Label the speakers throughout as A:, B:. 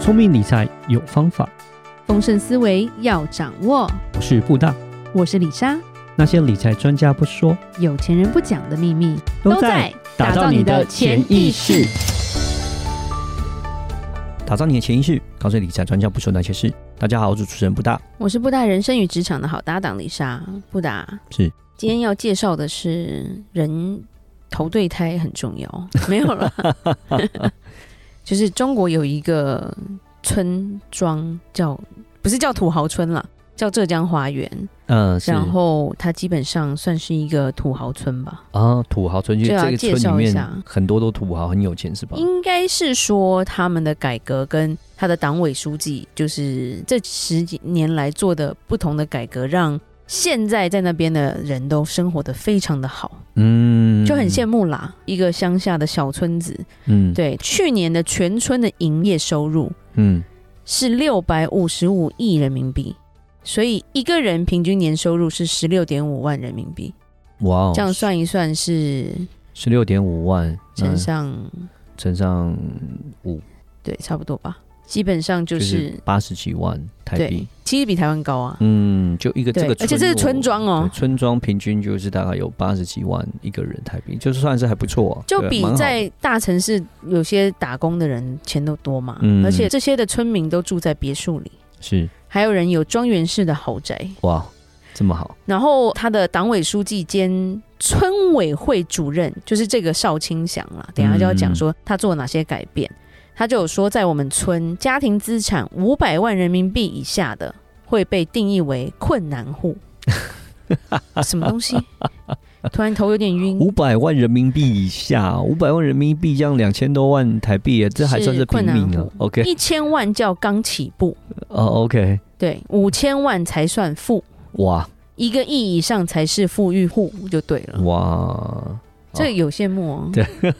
A: 聪明理财有方法，
B: 丰盛思维要掌握。
A: 我是布大。
B: 我是李莎，
A: 那些理财专家不说，
B: 有钱人不讲的秘密
A: 打造你的潜意识。，打造你的潜意识，告诉你理财专家不说那些事。大家好，我是主持人布大。
B: 我是布达人生与职场的好搭档李莎。布达
A: 是
B: 今天要介绍的是人投对胎很重要， 没有了。就是中国有一个村庄叫不是叫土豪村了，叫浙江花园。
A: 嗯，是
B: 然后它基本上算是一个土豪村吧。
A: 啊，土豪村就
B: 就要
A: 这个
B: 介
A: 村
B: 绍
A: 里
B: 一
A: 面
B: 下
A: 很多都土豪，很有钱是吧？
B: 应该是说他们的改革跟他的党委书记，就是这十几年来做的不同的改革，让现在在那边的人都生活的非常的好，
A: 嗯
B: 就很羡慕啦。一个乡下的小村子，
A: 嗯，
B: 对去年的全村的营业收入
A: 嗯，
B: 是六百五十五亿人民币。所以一个人平均年收入是十六点五万人民币，
A: 哇哦，嗯
B: 这样算一算是
A: 十六点五万
B: 乘
A: 嗯
B: 上、
A: 乘上
B: 对差不多吧，基本上就、
A: 就是是八十几万台币
B: 对。，其实比台湾高啊。
A: 嗯，就一个
B: 对
A: 这个，
B: 而且这是村庄哦
A: 对村庄平均就是大概有八十几万一个人台币，就算是还不错、啊，
B: 就
A: 对
B: 比
A: 蛮好
B: 在大城市有些打工的人钱都多嘛，
A: 嗯
B: 而且这些的村民都住在别墅里，
A: 是
B: 还有人有庄园式的豪宅。
A: 哇这么好，
B: 然后他的党委书记兼村委会主任就是这个邵清祥啦，啊等一下就要讲说他做了哪些改变。他就有说，在我们村，家庭资产五百万人民币以下的会被定义为困难 户。什么东西？突然头有点晕。
A: 五百万人民币以下，五百万人民币这样两千多万台币耶，这还算是平
B: 是困
A: 民
B: 难
A: 啊
B: 户。
A: OK，
B: 一千万叫刚起步，
A: 哦、o k
B: 对，五千万才算富，
A: 哇
B: 一个亿以上才是富裕户就对了。
A: 哇，
B: 这有羡慕哦。
A: 嗯 对，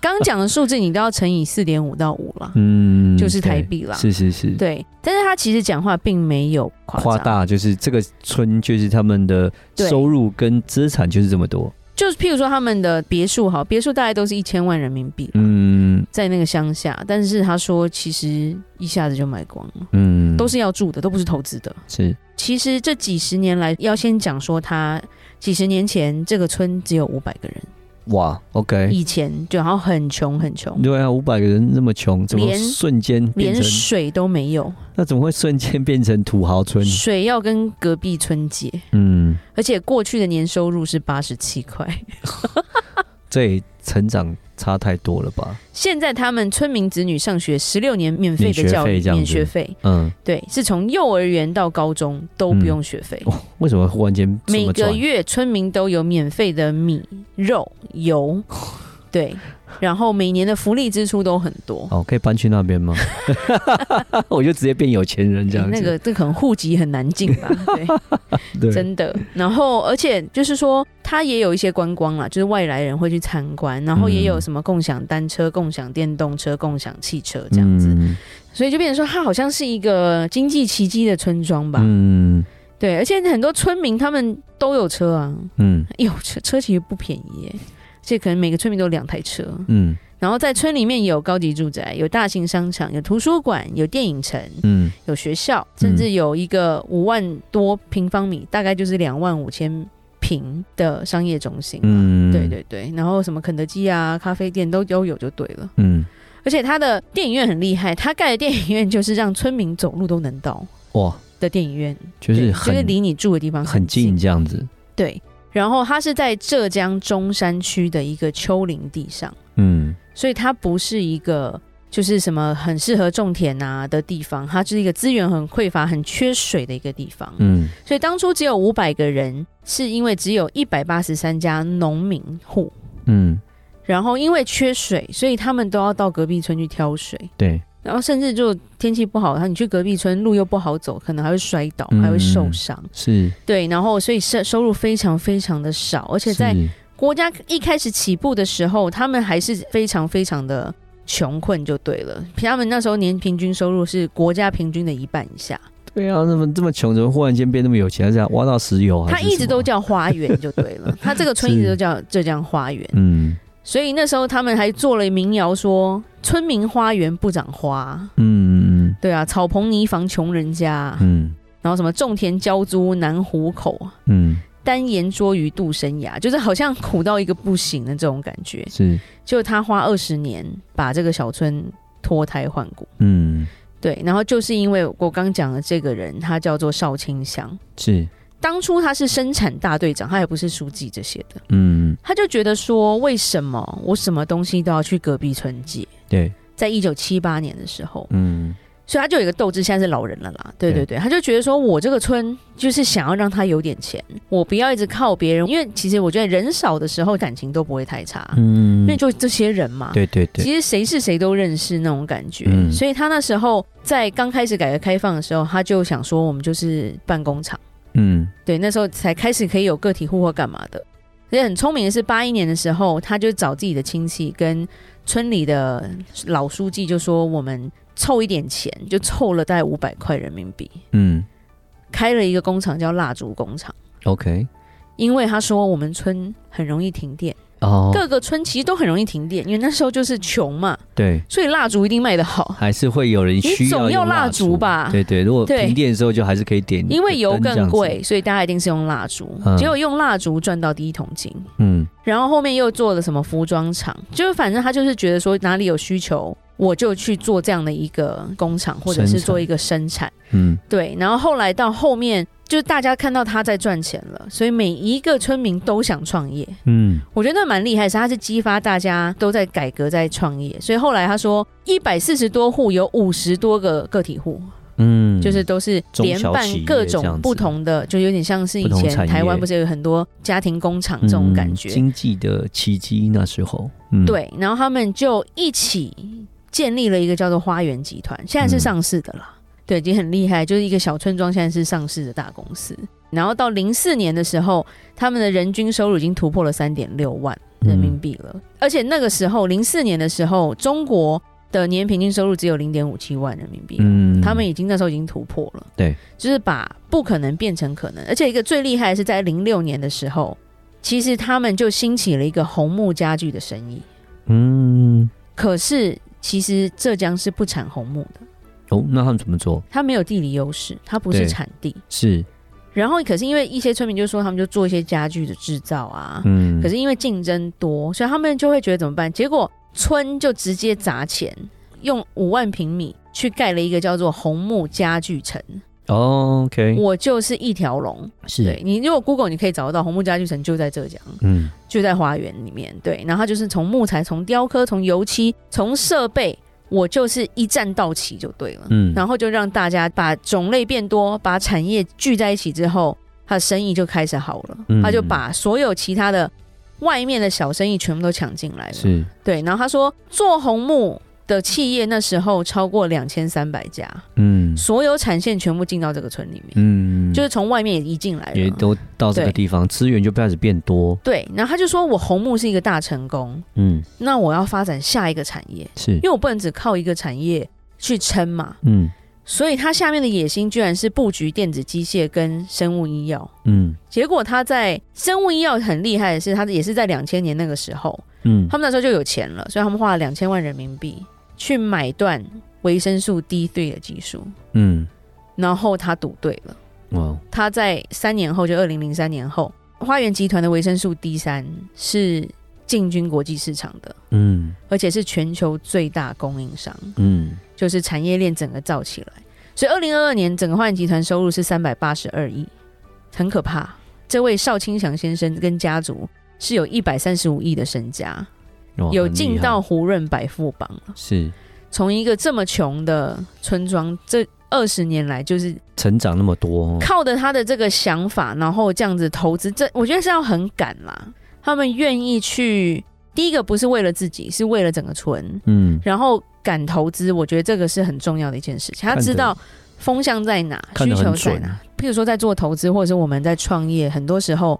B: 刚讲的数字你都要乘以四点五到五啦，
A: 嗯，
B: 就是台
A: 对，
B: 币啦。
A: 是是是，
B: 对，但是他其实讲话并没有夸
A: 夸
B: 张，
A: 大就是这个村就是他们的
B: 对
A: 收入跟资产就是这么多，
B: 就是譬如说他们的别墅好，别墅大概都是一千万人民币
A: 嗯
B: 在那个乡下，但是他说其实一下子就卖光了，
A: 嗯，
B: 都是要住的，都不是投资的。
A: 是
B: 其实这几十年来，要先讲说他几十年前这个村只有五百个人。
A: 哇，OK，
B: 以前就然后很穷很穷，
A: 对啊，五百个人那么穷，怎么
B: 连
A: 瞬间变
B: 连
A: 成？
B: 水都没有，
A: 那怎么会瞬间变成土豪村？
B: 水要跟隔壁村借，
A: 嗯，
B: 而且过去的年收入是八十七块，
A: 这也成长差太多了吧？
B: 现在他们村民子女上学十六年免费的
A: 免学
B: 教育
A: 费这样子
B: 免学费，
A: 嗯，
B: 对，是从幼儿园到高中都不用学费，
A: 哇，为什么忽然间嗯哦这
B: 每
A: 么
B: 个
A: 赚？
B: 月村民都有免费的米、肉、油，对，然后每年的福利支出都很多。
A: 哦，可以搬去那边吗？ 我就直接变有钱人这样子。
B: 那个这可能户籍很难进 吧？对，
A: 对，
B: 真的。然后，而且就是说，它也有一些观光啦，就是外来人会去参观，然后也
A: 嗯
B: 有什么共享单车、共享电动车、共享汽车这样子，
A: 嗯
B: 所以就变成说，它好像是一个经济奇迹的村庄吧。
A: 嗯
B: 对，而且很多村民他们都有车啊，
A: 嗯
B: 有车车其实不便宜耶，而且可能每个村民都有两台车。
A: 嗯
B: 然后在村里面也有高级住宅，有大型商场，有图书馆，有电影城，
A: 嗯，
B: 有学校，甚至有一个五万多平方米，大概就是两万五千平的商业中心。啊
A: 嗯
B: 对，对对，然后什么肯德基啊、咖啡店都都有就对了。
A: 嗯，
B: 而且它的电影院很厉害，它盖的电影院就是让村民走路都能到
A: 哇，
B: 的电影院，
A: 就是
B: 对
A: 很
B: 就是离你住的地方
A: 很
B: 近
A: 近。这样子。
B: 对，然后它是在浙江中山区的一个丘陵地上，
A: 嗯
B: 所以它不是一个就是什么很适合种田啊的地方，它就是一个资源很匮乏、很缺水的一个地方。
A: 嗯
B: 所以当初只有五百个人，是因为只有一百八十三家农民户，
A: 嗯，
B: 然后因为缺水，所以他们都要到隔壁村去挑水，
A: 对，
B: 然后甚至就天气不好，然后你去隔壁村路又不好走，可能还会摔倒，
A: 嗯
B: 还会受伤。
A: 是，
B: 对，然后所以收收入非常非常的少，而且在
A: 是
B: 国家一开始起步的时候，他们还是非常非常的。穷困就对了，他们那时候年平均收入是国家平均的一半以下，
A: 对啊，那么这么穷，怎么忽然间变那么有钱？这样挖到石油还是
B: 它一直
A: 什
B: 都
A: 么
B: 叫花园就对了，它这个村一直
A: 哦是
B: 都叫浙江花园，
A: 嗯
B: 所以那时候他们还做了民谣说“村民花园不长花
A: 嗯嗯，
B: 对啊，草棚泥房穷人家，
A: 嗯
B: 然后什么种田交租难糊口，
A: 嗯，
B: 单言捉鱼渡生涯，就是好像苦到一个不行的这种感觉。
A: 是，
B: 就他花二十年把这个小村脱胎换骨，
A: 嗯
B: 对，然后就是因为我刚讲的这个人，他叫做邵清香。
A: 是，
B: 当初他是生产大队长，他也不是书记这些的，
A: 嗯
B: 他就觉得说，为什么我什么东西都要去隔壁村借？
A: 对，
B: 在一九七八年的时候，
A: 嗯
B: 所以他就有一个斗志，现在是老人了啦，对对
A: 对
B: 对，他就觉得说我这个村就是想要让他有点钱，我不要一直靠别人，因为其实我觉得人少的时候感情都不会太差，
A: 嗯
B: 因为，就这些人嘛，
A: 对对对，
B: 其实谁是谁都认识那种感觉，
A: 嗯
B: 所以他那时候在刚开始改革开放的时候，他就想说我们就是办工厂，
A: 嗯
B: 对，那时候才开始可以有个体户或干嘛的。而且很聪明的是，八一年的时候，他就找自己的亲戚跟村里的老书记就说，我们凑一点钱，就凑了大概五百块人民币，
A: 嗯
B: 开了一个工厂叫蜡烛工厂，
A: ，OK，
B: 因为他说我们村很容易停电，
A: 哦，
B: 各个村其实都很容易停电，因为那时候就是穷嘛，
A: 对，
B: 所以蜡烛一定卖得好。
A: 还是会有人需要
B: 总要
A: 用
B: 蜡烛吧
A: 对对，如果
B: 对
A: 停电的时候就还是可以点，
B: 因为油
A: 灯这样
B: 更
A: 子，
B: 贵，所以大家一定是用蜡烛。
A: 嗯
B: 结果用蜡烛赚到第一桶金，
A: 嗯
B: 然后后面又做了什么服装厂，就是反正他就是觉得说哪里有需求，我就去做这样的一个工厂，或者
A: 生
B: 是
A: 产
B: 做一个生产。
A: 嗯
B: 对，然后后来到后面，就是大家看到他在赚钱了，所以每一个村民都想创业。
A: 嗯，
B: 我觉得那蛮厉害，是他是激发大家都在改革，在创业。所以后来他说，一百四十多户有五十多个个体户，
A: 嗯，
B: 就是都是
A: 中
B: 连
A: 小
B: 办
A: 企业
B: 各
A: 这样
B: 种
A: 子
B: 不同的，就有点像是以
A: 不同
B: 前
A: 产业
B: 台湾不是有很多家庭工厂这种感
A: 嗯
B: 觉，
A: 经济的奇迹那时候，嗯，，
B: 对，然后他们就一起建立了一个叫做花园集团，现在是上市的啦，对，已经很厉害，就是一个小村庄，现在是上市的大公司。然后到零四年的时候，他们的人均收入已经突破了三点六万人民币了，而且那个时候零四年的时候，中国的年平均收入只有零点五七万人民币，
A: 嗯，
B: 啊他们已经那时候已经突破了，
A: 对，
B: 就是把不可能变成可能，而且一个最厉害的是在零六年的时候，其实他们就兴起了一个红木家具的生意，
A: 嗯，
B: 可是其实浙江是不产红木的，
A: 哦，那他们怎么做？
B: 它没有地理优势，它不是
A: 对
B: 产地。
A: 是，
B: 然后可是因为一些村民就说他们就做一些家具的制造啊，
A: 嗯，
B: 可是因为竞争多，所以他们就会觉得怎么办？结果村就直接砸钱，用五万平米去盖了一个叫做红木家具城，
A: 哦，OK，
B: 我就是一条龙。对
A: 是，
B: 你如果 Google 你可以找得到红木家具城就在浙江，
A: 嗯
B: 就在花园里面。对，然后它就是从木材、从雕刻、从油漆、从设备，我就是一站到齐就对了。
A: 嗯，
B: 然后就让大家把种类变多，把产业聚在一起之后，他的生意就开始好了。
A: 嗯
B: 他就把所有其他的外面的小生意全部都抢进来了。
A: 是，
B: 对，然后他说做红木的企业那时候超过两千三百家，
A: 嗯
B: 所有产线全部进到这个村里面，
A: 嗯，
B: 就是从外面也移进来
A: 也
B: 了。
A: 都到这个
B: 对
A: 地方，资源就开始变多，
B: 对，然后他就说我红木是一个大成功，
A: 嗯，
B: 那我要发展下一个产业，
A: 是
B: 因，为我不能只靠一个产业去撑嘛。
A: 嗯
B: 所以他下面的野心居然是布局电子机械跟生物医药。
A: 嗯
B: 结果他在生物医药很厉害的是，他也是在两千年那个时候，
A: 嗯，
B: 他们那时候就有钱了，所以他们花了两千万人民币去买断维生素 D 3的技术，
A: 嗯，
B: 然后他赌对了。
A: 哇，
B: 他在三年后，就二零零三年后，花园集团的维生素 D 3是进军国际市场的，
A: 嗯
B: 而且是全球最大供应商。
A: 嗯，
B: 就是产业链整个造起来。所以二零二二年整个花园集团收入是三百八十二亿，很可怕。这位邵清祥先生跟家族是有一百三十五亿的身家，
A: 哇
B: 有
A: 很厉
B: 进
A: 害
B: 到胡润百富榜了。
A: 是
B: 从一个这么穷的村庄，这二十年来就是
A: 成长那么多哦，
B: 靠着他的这个想法，然后这样子投资，这我觉得是要很敢啦。他们愿意去，第一个不是为了自己，是为了整个村。
A: 嗯，
B: 然后敢投资，我觉得这个是很重要的一件事情。他
A: 看得
B: 知道风向在哪，
A: 看
B: 需
A: 得
B: 求
A: 很
B: 在
A: 准，啊
B: 哪。譬如说，在做投资，或者是我们在创业，很多时候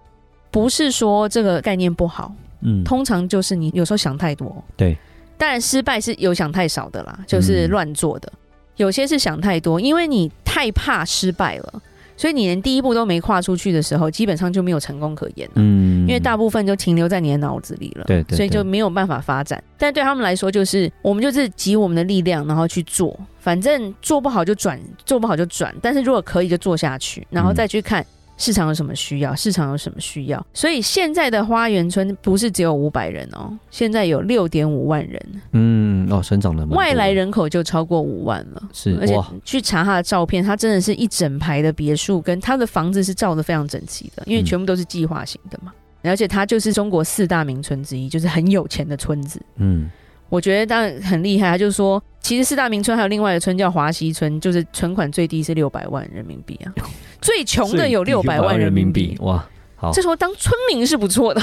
B: 不是说这个概念不好，
A: 嗯，
B: 通常就是你有时候想太多。
A: 对，
B: 当然失败是有想太少的啦，就是
A: 嗯
B: 乱做的。有些是想太多，因为你太怕失败了，所以你连第一步都没跨出去的时候，基本上就没有成功可言了。
A: 嗯，
B: 因为大部分就停留在你的脑子里了，
A: 对对
B: 所以就
A: 对
B: 没有办法发展。但对他们来说，就是我们就是集我们的力量，然后去做，反正做不好就转，做不好就转，但是如果可以就做下去，然后
A: 嗯
B: 再去看。市场有什么需要？市场有什么需要？所以现在的花园村不是只有五百人哦，现在有六点五万人，
A: 嗯哦，生长的
B: 外来人口就超过五万了。
A: 是
B: 而且
A: 哇，
B: 去查他的照片，他真的是一整排的别墅，跟他的房子是造的非常整齐的，因为
A: 嗯
B: 全部都是计划型的嘛。而且他就是中国四大名村之一，就是很有钱的村子。
A: 嗯
B: 我觉得当然很厉害，他就说，其实四大名村还有另外一个村叫华西村，就是存款最低是六百万人民币啊，最穷的有六百万人民币。哦
A: 哇，好
B: 这时候当村民是不错 的。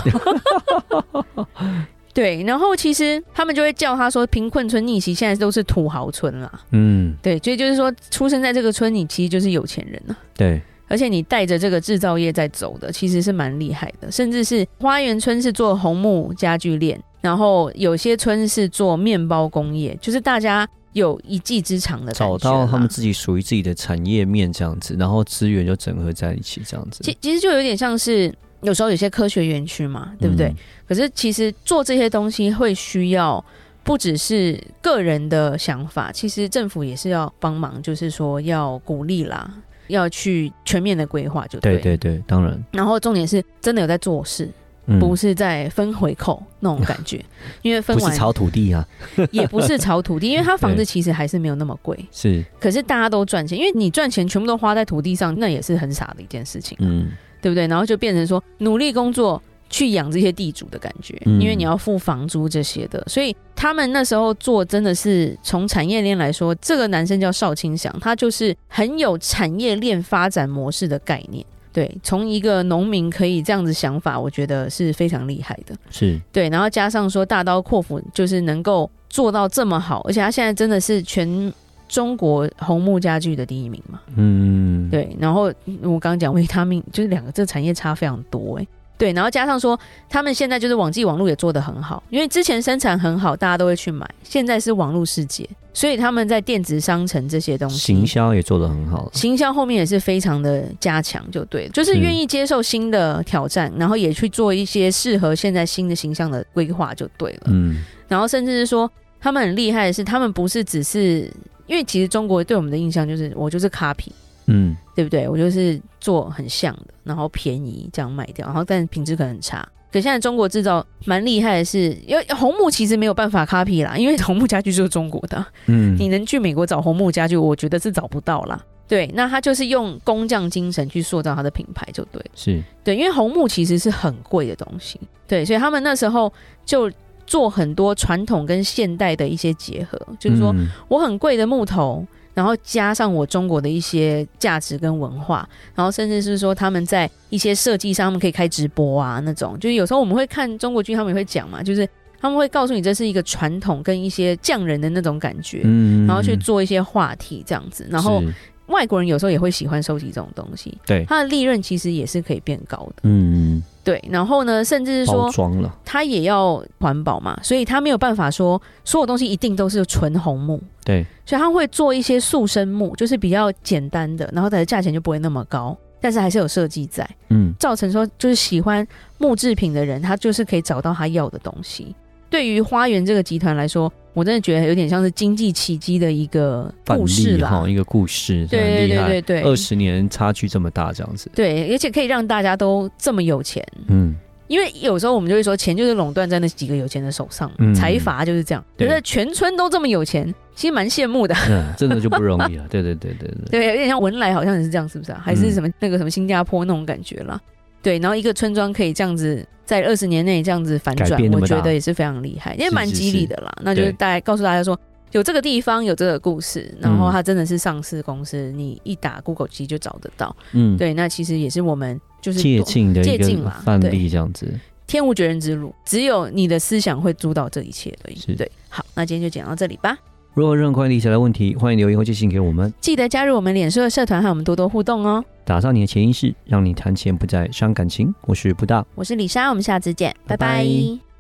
B: 对，然后其实他们就会叫他说，贫困村逆袭现在都是土豪村啦。
A: 嗯
B: 对，所以就是说，出生在这个村，你其实就是有钱人了、啊
A: 对
B: 而且你带着这个制造业在走的，其实是蛮厉害的。甚至是花园村是做红木家具链，然后有些村是做面包工业，就是大家有一技之长的感觉
A: 找
B: 啦
A: 到他们自己属于自己的产业面这样子，然后资源就整合在一起这样子，
B: 其其实就有点像是有时候有些科学园区嘛，对不对？
A: 嗯？
B: 可是其实做这些东西会需要不只是个人的想法，其实政府也是要帮忙，就是说要鼓励啦，要去全面的规划就
A: 对
B: 了
A: 对对，当然，
B: 然后重点是真的有在做事，
A: 嗯
B: 不是在分回扣那种感 觉，因为分
A: 不是
B: 完
A: 炒土地啊，
B: 也不是 炒土地，因为它房子
A: 对
B: 其实还是没有那么贵，
A: 是
B: 可是大家都赚钱，因为你赚钱全部都花在土地上，那也是很傻的一件事情。
A: 嗯
B: 对不对？然后就变成说努力工作去养这些地主的感觉，
A: 嗯
B: 因为你要付房租这些的，所以他们那时候做真的是从产业链来说，这个男生叫邵清祥，他就是很有产业链发展模式的概念。对，从一个农民可以这样子想法，我觉得是非常厉害的。
A: 是
B: 对，然后加上说大刀阔斧，就是能够做到这么好，而且他现在真的是全中国红木家具的第一名嘛。
A: 嗯
B: 对，然后嗯我刚刚讲维他命，就是两个这个产业差非常多哎、对，然后加上说他们现在就是网际网络也做得很好，因为之前生产很好，大家都会去买，现在是网络世界，所以他们在电子商城这些东西，
A: 行销也做得很好了，
B: 行销后面也是非常的加强，就对了，就是
A: 是
B: 愿意接受新的挑战，然后也去做一些适合现在新的形象的规划，就对了。
A: 嗯
B: 然后甚至是说他们很厉害的是，他们不是只是因为其实中国对我们的印象就是我就是 copy，
A: 嗯
B: 对不对？我就是做很像的，然后便宜这样卖掉，然后但品质可能很差。可现在中国制造蛮厉害的是，因为红木其实没有办法 copy 啦，因为红木家具就是中国的，
A: 嗯
B: 你能去美国找红木家具，我觉得是找不到啦。对，那他就是用工匠精神去塑造他的品牌就对了。
A: 是
B: 对，因为红木其实是很贵的东西，对，所以他们那时候就做很多传统跟现代的一些结合，就是说
A: 嗯
B: 我很贵的木头，然后加上我中国的一些价值跟文化，然后甚至是说他们在一些设计上，他们可以开直播啊那种，就是有时候我们会看中国剧，他们也会讲嘛，就是他们会告诉你这是一个传统跟一些匠人的那种感觉。
A: 嗯
B: 然后去做一些话题这样子，然后
A: 是
B: 外国人有时候也会喜欢收集这种东西，
A: 对
B: 它的利润其实也是可以变高的，
A: 嗯
B: 对。然后呢，甚至是说
A: 包装了，
B: 它也要环保嘛，所以它没有办法说所有东西一定都是纯红木，
A: 对，
B: 所以他会做一些塑身木，就是比较简单的，然后它的价钱就不会那么高，但是还是有设计在，
A: 嗯
B: 造成说就是喜欢木制品的人，他就是可以找到他要的东西。对于花园这个集团来说，我真的觉得有点像是经济奇迹的一个
A: 范
B: 故事
A: 例
B: 啦
A: 哈，。一个故事，
B: 对对对对对
A: 二十年差距这么大这样子，
B: 对，而且可以让大家都这么有钱，
A: 嗯
B: 因为有时候我们就会说，钱就是垄断在那几个有钱的手上
A: 嗯，
B: 财阀就是这样。觉
A: 对
B: 得全村都这么有钱，其实蛮羡慕的。
A: 嗯， 真的就不容易了，对对对对对，
B: 对，有点像文莱，好像也是这样，是不是啊？还
A: 嗯
B: 是什么、那个什么新加坡那种感觉啦。对，然后一个村庄可以这样子，在二十年内这样子反
A: 改
B: 转，
A: 变那
B: 我
A: 么大
B: 觉得也是非常厉害，因为
A: 是
B: 蛮
A: 是
B: 激励的啦。那就是
A: 对
B: 大家告诉大家说，有这个地方，有这个故事，然后
A: 嗯
B: 它真的是上市公司，你一打 Google 机就找得到。
A: 嗯，
B: 对，那其实也是我们就是
A: 借鉴的一
B: 借鉴
A: 个
B: 嘛
A: 范
B: 对
A: 例这样子，
B: 天无绝人之路，只有你的思想会主导这一切而已。
A: 是
B: 对，好，那今天就讲到这里吧。
A: 如果有任何关于理财的问题，欢迎留言或寄信给我们。
B: 记得加入我们脸书的社团，和我们多多互动哦。
A: 打造你的潜意识，让你谈钱不再伤感情。我是布大。
B: 我是李莎，我们下次见，拜
A: 拜
B: 拜
A: 拜